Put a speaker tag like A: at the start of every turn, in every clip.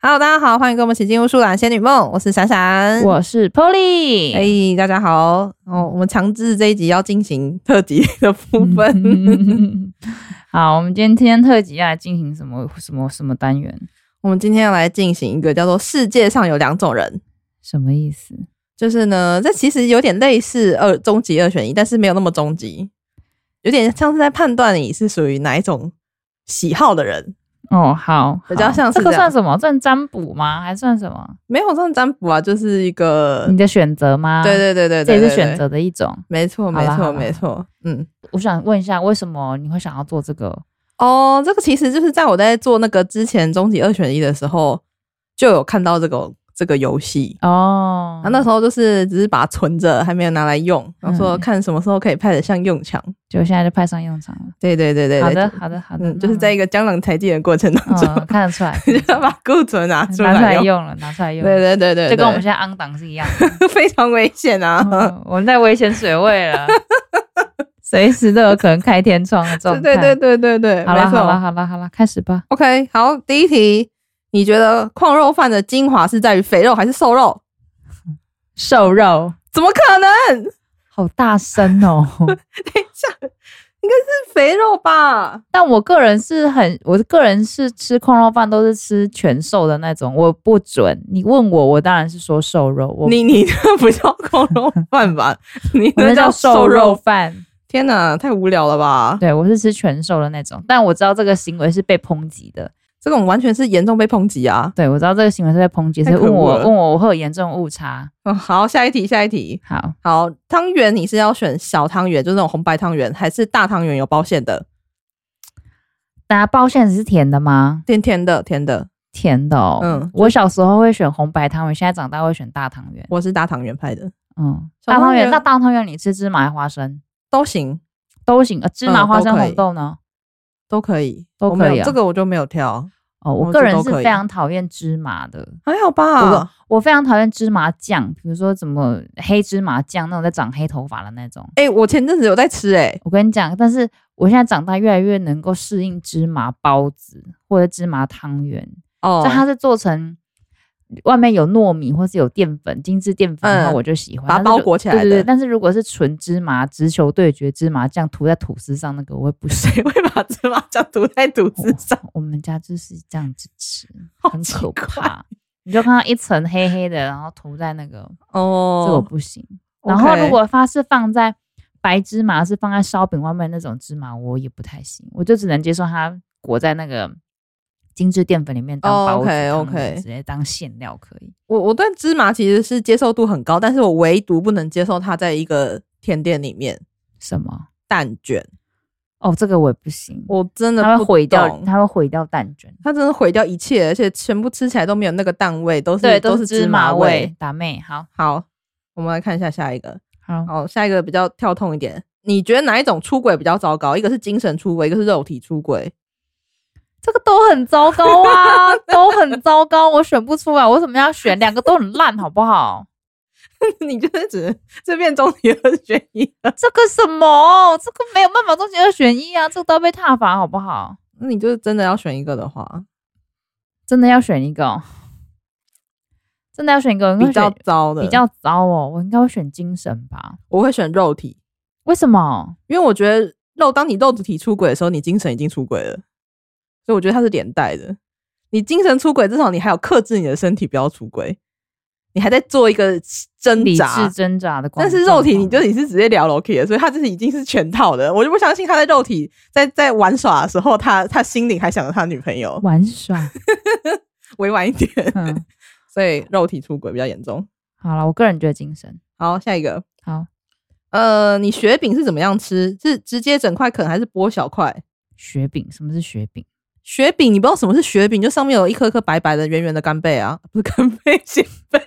A: Hello，大家好，欢迎跟我们一起进入《树懒仙女梦》，我是闪闪，
B: 我是 Polly，、
A: 嗯 哎、大家好哦，我们强制这一集要进行特辑的部分，
B: 嗯好，我们今天特辑要来进行什么什么什么单元？
A: 我们今天要来进行一个叫做“世界上有两种人
B: 什么意思？”，
A: 就是呢，这其实有点类似二终极二选一，但是没有那么终极，有点像是在判断你是属于哪一种喜好的人，
B: 哦，好，
A: 比较
B: 好
A: 像是
B: 这个
A: 这样
B: 算什么？算占卜吗？还算什么？
A: 没有算占卜啊，就是一个，
B: 你的选择吗？
A: 呃对对对对对
B: 嗯这也
A: 对对
B: 是选择的一种。
A: 没错
B: 好
A: 没
B: 啦好
A: 错
B: 啦
A: 没错，嗯。
B: 我想问一下，为什么你会想要做这个？
A: 哦，这个其实就是在我在做那个之前终极二选一的时候，就有看到这个这个游戏。
B: 哦
A: 然啊后那时候就是只是把它存着，还没有拿来用，然后说
B: 嗯
A: 看什么时候可以派得上用场。
B: 就现在就派上用场了。
A: 对对对对对，
B: 好的，
A: 就
B: 好的，好的，
A: 嗯，就是在一
B: 个
A: 个江郎才尽的过程 当中，
B: 嗯，看得出来，
A: 就要把库存拿出
B: 拿出
A: 来
B: 来
A: 用。
B: 用了，拿出来用了，
A: 对对对对，
B: 就跟我
A: 对
B: 们现在昂档是一样的。
A: 非常危险啊！
B: 嗯我们在危险水位了，随时都有可能开天窗的状态。
A: 对对对对对，
B: 好
A: 没
B: 了好了
A: 错。
B: 好了好了，开始吧。
A: OK，好，第一题，你觉得矿肉饭的精华是在于肥肉还是瘦肉？
B: 瘦肉
A: 怎么可能？
B: 好大声哦，
A: 是肥肉吧？
B: 但我个人是很，我个人是吃空肉饭都是吃全瘦的那种，我不准。你问我，我当然是说瘦肉，我
A: 你你这不叫空肉饭吧？ 你
B: 我
A: 那
B: 那
A: 叫
B: 叫
A: 瘦
B: 瘦
A: 肉
B: 肉
A: 饭。
B: 饭。
A: 天哪，太无聊了吧！
B: 对，我是吃全瘦的那种，但我知道这个行为是被抨击的。
A: 这种完全是严重被抨击啊！
B: 对，我知道这个行为是被抨击，
A: 太
B: 所以
A: 可恶
B: 问我
A: 了
B: 问我我会有严重误差。
A: 嗯，好，下一题，下一题。
B: 好，
A: 好，汤圆你是要选小汤圆，就是那种红白汤圆，还是大汤圆有包馅的，
B: 大家包馅子是甜的吗？
A: 甜甜的，甜的？
B: 甜的哦。
A: 嗯
B: 我小时候会选红白汤圆，现在长大会选大汤圆。
A: 我是大汤圆派的，
B: 嗯，
A: 小
B: 大
A: 汤
B: 汤
A: 圆
B: 圆，那大汤圆你吃芝麻还是花生
A: 都行，
B: 都行，呃，芝麻、
A: 嗯
B: 花
A: 都
B: 生、
A: 可以
B: 红豆呢？
A: 都可以，
B: 都
A: 我没有
B: 可以啊
A: 这个我就没有挑，
B: 哦，
A: 我
B: 我
A: 觉
B: 个
A: 得
B: 人
A: 嗯都
B: 是
A: 可以
B: 非常讨厌芝麻的，
A: 还好吧
B: 我？我非常讨厌芝麻酱，比如说怎么黑芝麻酱那种在长黑头发的那种。
A: 哎、我前阵子有在吃、哎，
B: 我跟你讲，但是我现在长大越来越能够适应芝麻包子或者芝麻汤圆，
A: 哦
B: 但它是做成外面有糯米或是有淀粉、精致淀粉，
A: 嗯
B: 然后我就喜欢
A: 把它
B: 但是
A: 包
B: 就
A: 裹起来
B: 对对
A: 的
B: 对， 但是如果是纯芝麻直球对决芝麻酱涂在吐司上，那个我会 不行。
A: 谁会把芝麻酱涂在肚子上？
B: 我们家就是这样子吃，
A: 好
B: 很
A: 奇
B: 可
A: 怪
B: 怕。你就看到一层黑黑的，然后涂在那个，这我
A: 哦，
B: 不行。然后
A: OK
B: 如果它是放在白芝麻，是放在烧饼外面那种芝麻，我也不太行，我就只能接受它裹在那个精致淀粉里面当
A: 哦
B: 包子、
A: ，OK，OK
B: 汤圆直接当馅料可以。
A: 我我对芝麻其实是接受度很高，但是我唯独不能接受它在一个甜点里面
B: 什么？
A: 蛋卷，
B: 哦，这个我也不行，
A: 我真的
B: 它
A: 不
B: 会毁掉
A: 懂，
B: 它会毁掉蛋卷。
A: 它真的毁掉一切，而且全部吃起来都没有那个蛋味，都是
B: 对，
A: 都
B: 都是
A: 芝
B: 芝麻
A: 味
B: 味。。打妹，好
A: 好，我们来看一下下一个，
B: 好，
A: 好，下一个比较跳痛一点。你觉得哪一种出轨比较糟糕？一个是精神出轨，一个是肉体出轨。
B: 这个都很糟糕啊，都很糟糕，我选不出来，我为什么要选？两个都很烂，好 不好？
A: 你就是指这变终极二选一了，
B: 这个什么？这个没有办法中间二选一啊，这个都要被踏伐，好不好？
A: 那你就是真的要选一个的话，
B: 真的要选一个哦、真的要选一个，我应该
A: 比较
B: 选
A: 糟的，
B: 比较糟哦，我应该会选精神吧？
A: 我会选肉体，
B: 为什么？
A: 因为我觉得肉，当你肉体出轨的时候，你精神已经出轨了，所以我觉得它是连带的。你精神出轨，至少你还有克制你的身体不要出轨，你还在做一个挣
B: 理智
A: 扎。
B: 挣扎的过
A: 但
B: 程中，
A: 是肉体，你就你是直接聊 Loki 的，所以他这是已经是全套的。我就不相信他在肉体在在玩耍的时候，他他心里还想着他女朋友，
B: 玩耍。
A: 委婉一点。
B: 嗯，
A: 所以肉体出轨比较严重。
B: 好了，我个人觉得精神
A: 好，下一个，
B: 好，
A: 呃，你雪饼是怎么样吃？是直接整块啃还是剥小块？
B: 雪饼，什么是雪 饼？
A: 雪饼，你不知道什么是雪饼，就上面有一颗颗白白的、圆圆的干贝啊， 不是干贝，鲜贝，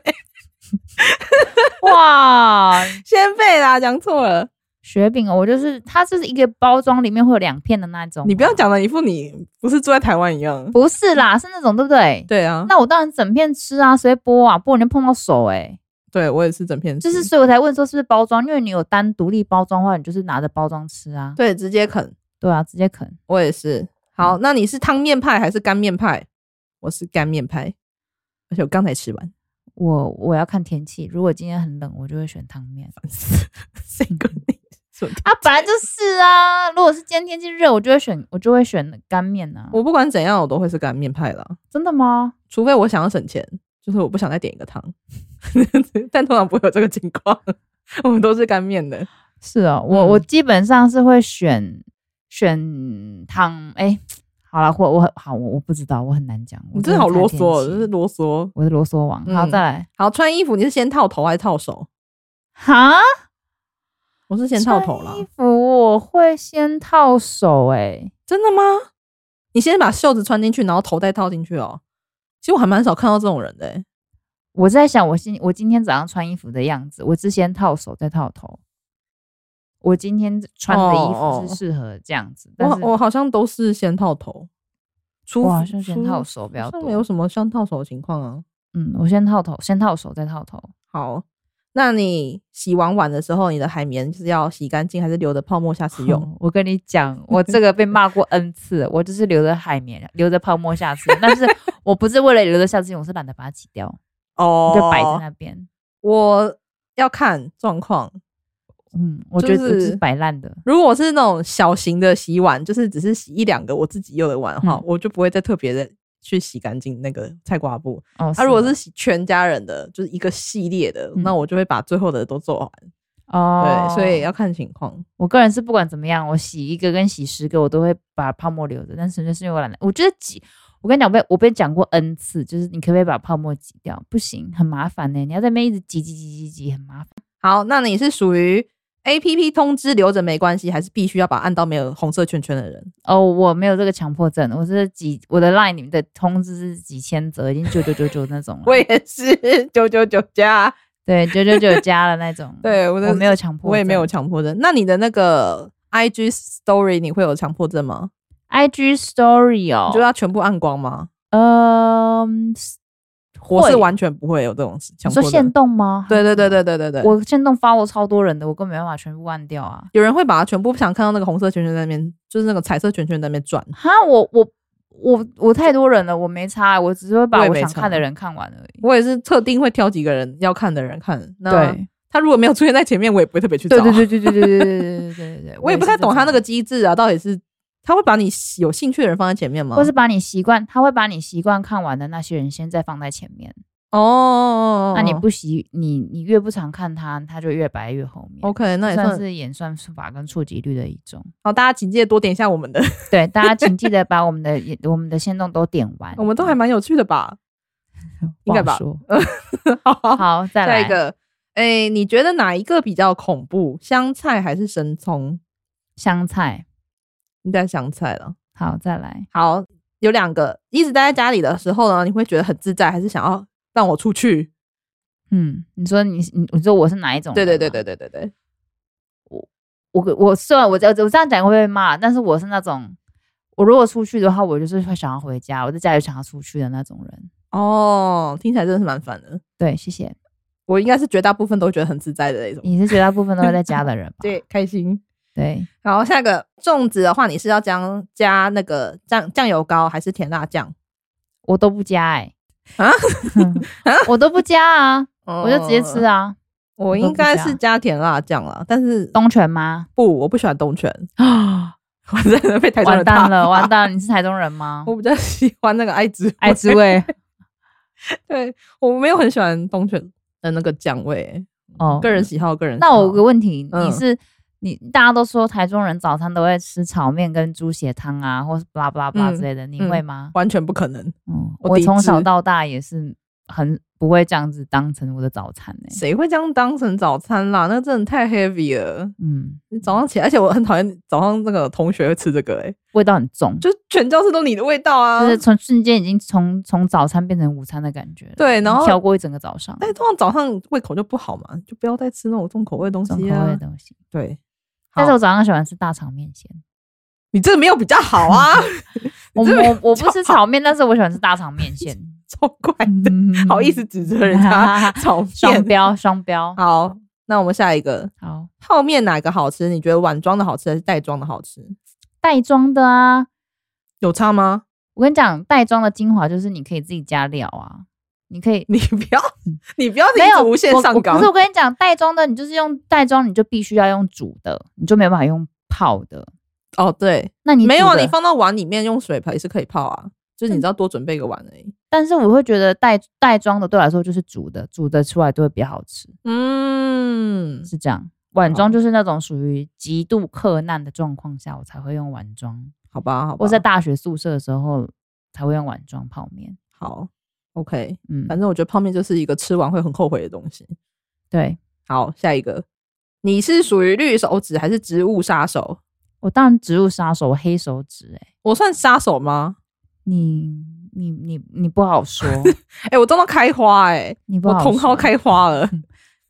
B: 哇，
A: 鲜贝啦，讲错了。
B: 雪饼哦，我就是它，就是一个包装里面会有两片的那种。哦
A: 你不要，讲的一副你不是住在台湾一样。
B: 不是啦，是那种对不对？
A: 对啊，
B: 那我当然整片吃啊，谁剥啊？剥你就碰到手哎、
A: 对我也是整片吃，
B: 就是所以我才问说是不是包装，因为你有单独立包装的话，你就是拿着包装吃啊。
A: 对直接啃，
B: 对啊，直接啃。嗯
A: 我也是。好，那你是汤面派还是干面派？我是干面派，而且我刚才吃完，
B: 我我要看天气，如果今天很冷，我就会选汤 面。
A: 谁跟你说？
B: 啊，本来就是啊。如果是今天天气热，我就会选我就会选干面啊。
A: 我不管怎样，我都会是擀面派啦，
B: 真的吗？
A: 除非我想要省钱，就是我不想再点一个汤， 但通常不会有这个情况， 我们都是干面的。
B: 是哦，我、
A: 嗯
B: 我基本上是会选选汤。哎、好了，我我好我我不知道，我很难讲。
A: 你
B: 我
A: 真的好啰嗦哦，
B: 真
A: 真是
B: 的看天气
A: 啰嗦。
B: 我是啰嗦王。
A: 嗯
B: 好，再来。
A: 好，穿衣服你是先套头还是套手？
B: 哈，
A: 我是先套头啦
B: 穿。衣服我会先套手、哎，
A: 真的吗？你先把袖子穿进去，然后头再套进去哦。其实我还蛮少看到这种人的、欸，
B: 我在想我今我今天早上穿衣服的样子，我是先套手再套头。我今天穿的衣
A: 哦哦
B: 服是适合这样子，但是
A: 我我好像都是先套头，除
B: 我好像先
A: 除
B: 套手比较
A: 好像
B: 多。
A: 没有什么先套手的情况啊。
B: 嗯，我先套头，先套手再套头。
A: 好，那你洗完碗的时候，你的海绵是要洗干净，还是留着泡沫下次 用？
B: 哦我跟你讲，我这个被骂过 n 次， 我就是留着海绵，留着泡沫下次， 但是我不是为了留着下次用，我是懒得把它挤掉，
A: 哦
B: 就摆在那边。
A: 我要看状况。
B: 嗯，我觉得
A: 就
B: 我
A: 是
B: 就是摆烂的。
A: 如果是那种小型的洗碗，就是只是洗一两个我自己用的碗的话，
B: 嗯
A: 我就不会再特别的去洗干净那个菜瓜布。
B: 哦，
A: 啊，如果
B: 吗
A: 是洗全家人的，就是一个系列的，
B: 嗯
A: 那我就会把最后的都做完。
B: 哦，
A: 对，所以要看情况。
B: 我个人是不管怎么样，我洗一个跟洗十个，我都会把泡沫留着，但纯粹是因为我懒得。我觉得挤，我跟你讲，我被我被讲过 n 次，就是你可不可以把泡沫挤掉？不行，很麻烦呢、你要在那边一直挤挤挤挤挤，很麻烦。
A: 好，那你是属于 A P P 通知留着没关系，还是必须要把按到没有红色圈圈的人？
B: 哦，我没有这个强迫症，我是几我的 LINE 里面的通知是几千则，已经九九九九那种了。
A: 我也是 九九九加，。
B: 对，九九九加了那种
A: 对我的
B: 我没有强迫症，
A: 我也没有强迫症。那你的那个 I G Story 你会有强迫症吗？
B: IG Story 哦
A: 你就，要全部按光吗？
B: 嗯，
A: 我是
B: 会
A: 完全不会有这种事强
B: 你
A: 迫症。
B: 说限动吗？
A: 对对对对对对对，
B: 我限动发我超多人的，我根本没办法全部按掉啊。
A: 有人会把它全部不想看到那个红色圈圈在那边，就是那个彩色圈圈在那边转。
B: 哈，我我我我太多人了，我没差，我只是会
A: 我
B: 把
A: 也
B: 我
A: 没
B: 想
A: 差
B: 看的人看完而已。
A: 我也是特定会挑几个人要看的人看。那
B: 对
A: 他如果没有出现在前面，我也不会特别去找。
B: 对对对对对对对对对对对对，
A: 我也不太
B: 是这
A: 懂他那
B: 种
A: 个。机制啊，到底是他会把你有兴趣的人放在前面吗？
B: 或是把你习惯，他会把你习惯看完的那些人先再放在前面。
A: 哦，
B: 那你不习，你你越不常看他，他就越摆越后面。
A: OK，那也
B: 算
A: 算
B: 是演算法跟触及率的一 种。
A: 好。大家请记得多点一下我们的，
B: 对，大家请记得把我们的也我们的线动都点完。
A: 我们都还蛮有趣的吧？ 应
B: 不
A: 该
B: 好
A: 吧
B: 说。
A: 好，好
B: 好，再
A: 下
B: 来
A: 一个，哎，你觉得哪一个比较恐怖？香菜还是生葱？
B: 香菜。
A: 应该香菜了。
B: 好，再来。
A: 好，有两个，一直待在家里的时候呢，你会觉得很自在，还是想要让我出去？
B: 嗯，你说你你你说我是哪一种？啊
A: 对对对对。对对对。
B: 我我虽然我这我这样讲会被骂，但是我是那种，我如果出去的话，我就是会想要回家，我在家里想要出去的那种人。
A: 哦，听起来真的是蛮烦的。
B: 对，谢谢。
A: 我应该是绝大部分都觉得很自在的那种，
B: 你是绝大部分都会在家的人吧？
A: 对，开心。
B: 对，
A: 然后下一个粽子的话，你是要将加那个酱酱油膏还是甜辣酱？
B: 我都不加哎、
A: 啊
B: 我都不加啊，
A: 我
B: 我就直接吃。
A: 哦
B: 啊。
A: 我应该是加甜辣酱啦，但是
B: 东泉吗？
A: 不，我不喜欢东泉，
B: 啊，
A: 我真的被台中
B: 完
A: 人打
B: 蛋了，完蛋了！你是台中人吗？
A: 我比较喜欢那个爱滋
B: 爱 滋，味
A: 对我没有很喜欢东泉的那个酱味、欸
B: 哦。
A: 个人喜好，个人喜好。
B: 那我有个问题，
A: 嗯
B: 你是你大家都说台中人早餐都会吃炒面跟猪血汤啊，或是巴拉巴拉巴拉
A: 嗯
B: 之类的，你
A: 嗯
B: 会吗？
A: 完全不可能，
B: 嗯，
A: 我
B: 我
A: 抵
B: 从小
A: 制
B: 到大也是很不会这样子当成我的早餐欸呢、
A: 谁会这样当成早餐啦？那真的太 heavy 了。
B: 嗯，
A: 你早上起来，而且我很讨厌早上那个同学会吃这个、欸，
B: 味道很重，就
A: 就全教室都你的味道啊。
B: 是从瞬间已经从从早餐变成午餐的感觉了。
A: 对然后
B: 跳过一整个早上，
A: 但是通常早上胃口就不好嘛，就不要再吃那种重口味的东
B: 重口
A: 西
B: 味
A: 啊
B: 的。东西。
A: 对，
B: 但是
A: 好
B: 我早上喜欢吃大肠面线，
A: 你这个没有比较好啊，
B: 我
A: 你这个
B: 我我不吃炒面，但是我喜欢吃大 肠面线。嗯
A: 超怪的，哎好意思指责人 家炒
B: 双
A: 面。
B: 标双 标。
A: 好，那我们下一个
B: 好，
A: 泡面哪个好吃？你觉得碗装的好吃还是袋装的好吃？
B: 袋装的啊，
A: 有差吗？
B: 我跟你讲，袋装的精华就是你可以自己加料啊。你可以
A: 你不要，你不要一
B: 嗯没有
A: 直无限
B: 我
A: 上
B: 我
A: 纲
B: 不是，。我跟你讲，袋装的你就是用袋装，你就必须要用煮的，你就没有办法用泡的。
A: 哦，对，
B: 那你
A: 没有
B: 煮
A: 啊，
B: 的嗯
A: 你放到碗里面用水盆也是可以泡啊，就是你知道多准备一个碗而已。
B: 但是我会觉得袋袋装的对我来说就是煮的，煮的出来都会比较好吃，
A: 嗯，
B: 是这样。碗装
A: 好
B: 就是那种属于极度克难的状况下，我才会用碗装。
A: 好吧，好吧，
B: 我在大学宿舍的时候才会用碗装泡面。
A: 好，OK，
B: 嗯，
A: 反正我觉得泡面就是一个吃完会很后悔的东西。
B: 对
A: 好，下一个，你是属于绿手指还是植物杀手？
B: 我当然植入杀手，我黑手指、欸，哎，
A: 我算杀手吗？
B: 你你你你不 好说，
A: 哎、我撞到开花哎、
B: 你不
A: 我
B: 好说，嗯
A: 茼蒿开花了，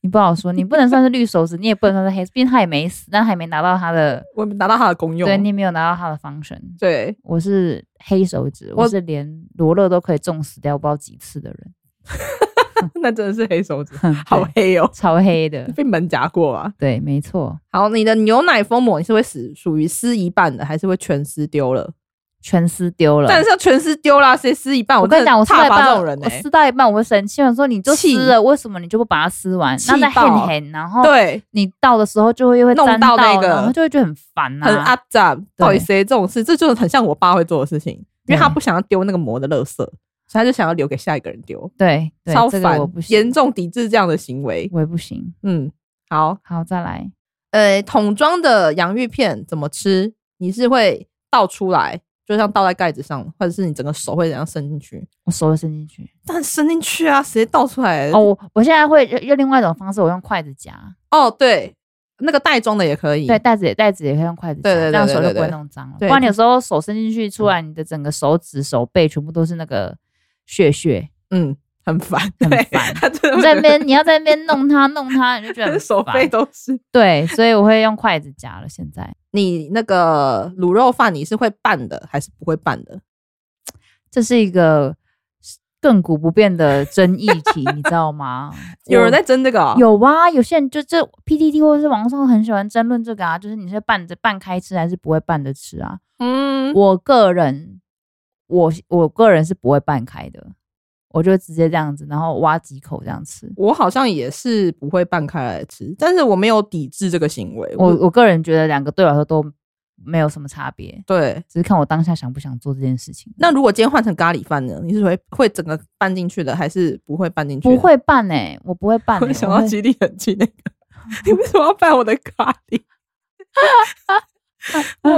B: 你不好说，你不能算是绿手指，你也不能算是黑，毕竟他也没死，但还没拿到他的，
A: 我拿到它的功用。
B: 对你没有拿到他的 function。
A: 对
B: 我是黑手指，
A: 我
B: 我是连罗勒都可以种死掉不知道几次的人，
A: 那真的是黑手指，
B: 哼
A: 好
B: 嗯对
A: 黑哦、，
B: 超黑的
A: 被门夹过啊。
B: 对，没错，
A: 好，你的牛奶封膜你是会死属于撕一半的，还是会全撕丢了？
B: 全撕丢了。
A: 但是要全撕丢啦，谁撕一半？
B: 我跟你讲，我撕到
A: 怕
B: 一
A: 把
B: 半，
A: 这种人
B: 我
A: 哎、
B: 撕到一半我会生气，我说你就
A: 气
B: 撕了，为什么你就不把它撕完？
A: 气
B: 那在
A: 爆
B: 很很，然后
A: 对，
B: 你倒的时候就会又会
A: 弄
B: 沾
A: 到那个
B: 然后就会觉得很烦啊呐、
A: 很啊阿杂。到底谁这种事？这就是很像我爸会做的事情，因为他
B: 对
A: 不想要丢那个膜的垃圾，所以他就想要留给下一个人丢，
B: 对，对
A: 超
B: 这
A: 烦
B: 个我不，
A: 严、
B: 行，
A: 重抵制这样的行为。
B: 我也不行。
A: 嗯，好，
B: 好，再来，
A: 呃，桶装的洋芋片怎么吃？你是会倒出来，就像倒在盖子上，或者是你整个手会怎样伸进去？
B: 我手会伸进去。
A: 但伸进去啊，谁倒出来？
B: 哦，
A: 哦
B: 我我现在会用用另外一种方式，我用筷子夹。
A: 哦，对，那个袋装的也可以。
B: 对，袋子也袋子也可以用筷子夹，
A: 嗯对对对
B: 这样手
A: 对
B: 就
A: 对
B: 不会
A: 对
B: 弄脏了。不
A: 对
B: 然你有时候手伸进去，出来你的整个手指、手 背全部都是那个血血。
A: 嗯，很烦，
B: 很
A: 对
B: 烦
A: 他真
B: 你
A: 的
B: 在那边，你要在那边弄它，弄它，你就 觉得很
A: 手
B: 烦
A: 背都是。
B: 对，所以我会用筷子夹了。现在
A: 你那个卤肉饭你是会拌的还是不会拌的？
B: 这是一个亘古不变的争议 题，你知道吗？
A: 有人
B: 我
A: 在争这个、哦？
B: 有啊，有些人就这 PTT 或者是网上很喜欢争论这个啊，就是你是拌着拌开吃还是不会拌着吃啊？
A: 嗯，
B: 我个人，我我个人是不会拌开的，我就直接这样子，然后挖几口这样吃。
A: 我好像也是不会拌开来吃，但是我没有抵制这个行为。
B: 我我个人觉得两个对我来说都没有什么差别，
A: 对。
B: 只是看我当下想不想做这件事情。
A: 那如果今天换成咖喱饭呢？你是会会整个拌进去的，还是不会拌进去？
B: 不。会拌哎、我不会拌、欸，
A: 我想
B: 我
A: 到
B: 会
A: 吉利很气 那个，你为什么要拌我的咖 喱？我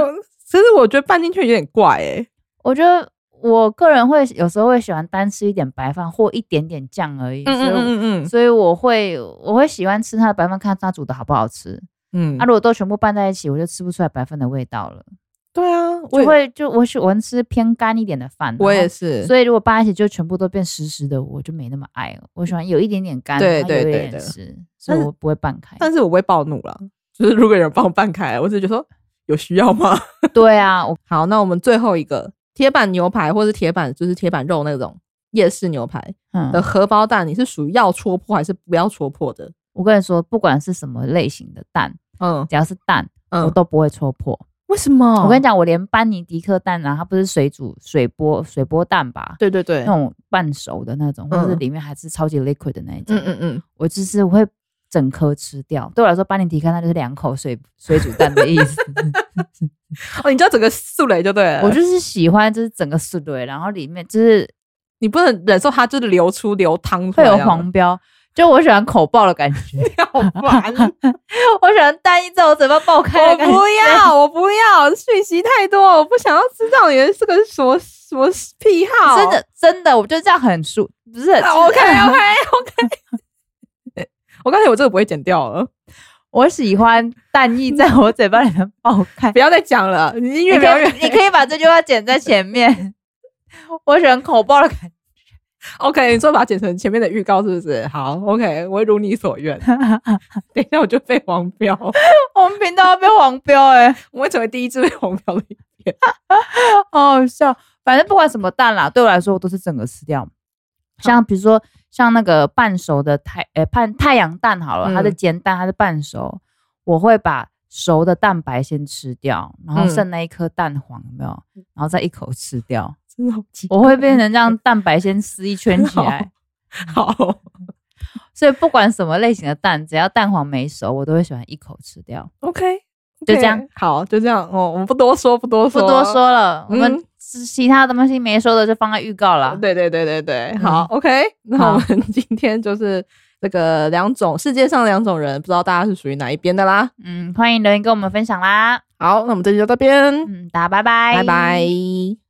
A: 其实我觉得拌进去有点怪哎、
B: 我觉得我个人会有时候会喜欢单吃一点白饭或一点点酱而已，
A: 嗯
B: 所以我
A: 嗯嗯
B: 所以我会我会喜欢吃它的白饭，看它煮的好不好吃。
A: 嗯嗯，
B: 啊，如果都全部拌在一起，我就吃不出来白饭的味道了，
A: 对啊，我
B: 就
A: 也
B: 会就我喜欢吃偏干一点的饭。
A: 我也
B: 然后
A: 是，
B: 所以如果拌在一起就全部都变湿湿的，我就没那么爱了。我喜欢有一点点干，
A: 对
B: 然后有
A: 对
B: 一
A: 对
B: 点
A: 对
B: 湿，所
A: 但
B: 以
A: 是
B: 我不会拌开。
A: 但是我不会暴怒啦，就是如果有人帮我拌开，我只是觉得说有需要吗？
B: 对啊，我
A: 好，那我们最后一个铁板牛排，或是铁板就是铁板肉那种夜市牛排
B: 嗯
A: 的，荷包蛋，你是属于要戳破还是不要戳破的？
B: 我跟你说，不管是什么类型的蛋，
A: 嗯
B: 只要是蛋，我
A: 嗯，
B: 都不会戳破。
A: 为什么？
B: 我跟你
A: 讲，
B: 讲，我连班尼迪克蛋啊，它不是水煮水波水波蛋吧？
A: 对对对
B: 那，种半熟的那种，或者是
A: 嗯
B: 里面还是超级 liquid 的那一种，
A: 嗯嗯嗯，
B: 我就是会整颗吃掉。对我来说，班尼迪克蛋就是两口水水煮蛋的意 思。
A: 哦，你知道整个素蕾就对了，
B: 我就是喜欢，就是整个素堆，然后里面就是
A: 你不能忍受它就是流出流汤出
B: 会
A: 来
B: 有
A: 这样
B: 黄标，就我喜欢口爆的感觉，
A: 好 烦，哦
B: 我喜欢蛋一在我嘴巴爆开
A: 我
B: 的感
A: 不
B: 觉。
A: 要，我不要，讯息太多，我不想要知道你的这个什么什么癖好，
B: 真的真的，我觉得这样很舒，不是
A: OK OK OK，我告诉你，我这个不会剪掉了，
B: 我喜欢蛋液在我嘴巴里面爆开
A: 不。要再讲了，你音乐
B: 你
A: 不要
B: 可
A: 越
B: 以你可以把这句话剪在前面。 我喜欢口爆的感觉。
A: OK，你说把它剪成前面的预告是不是？好，OK，我会如你所 愿。等一下我就被黄标，
B: 我们频道要被黄标 哎、
A: 我会成为第一只被黄标的。
B: 好好笑。反正不管什么蛋啦，对我来说我都是整个吃掉。像比如说像那个半熟的太呃半太阳蛋好了，
A: 嗯
B: 它的煎蛋它是半熟，我会把熟的蛋白先吃掉，然后
A: 嗯
B: 剩那一颗蛋黄有没有？然后再一口吃掉，
A: 真的好奇怪
B: 我会变成这样，蛋白先撕一圈起来，
A: 好，
B: 所以不管什么类型的蛋，只要蛋黄没熟，我都会喜欢一口吃掉。
A: OK，
B: 就这样，
A: 好，就这样哦，我们不多说，不多
B: 不
A: 说，
B: 多。说了，我们
A: 嗯
B: 其他东西没说的就放在预告了。
A: 对对对对对，好、o k 那
B: 好
A: 我们今天就是这个两种世界上两种人，不知道大家是属于哪一边的啦。
B: 嗯，欢迎留言跟我们分享啦。
A: 好，那我们这期就到这边，
B: 嗯，大家拜拜，
A: 拜拜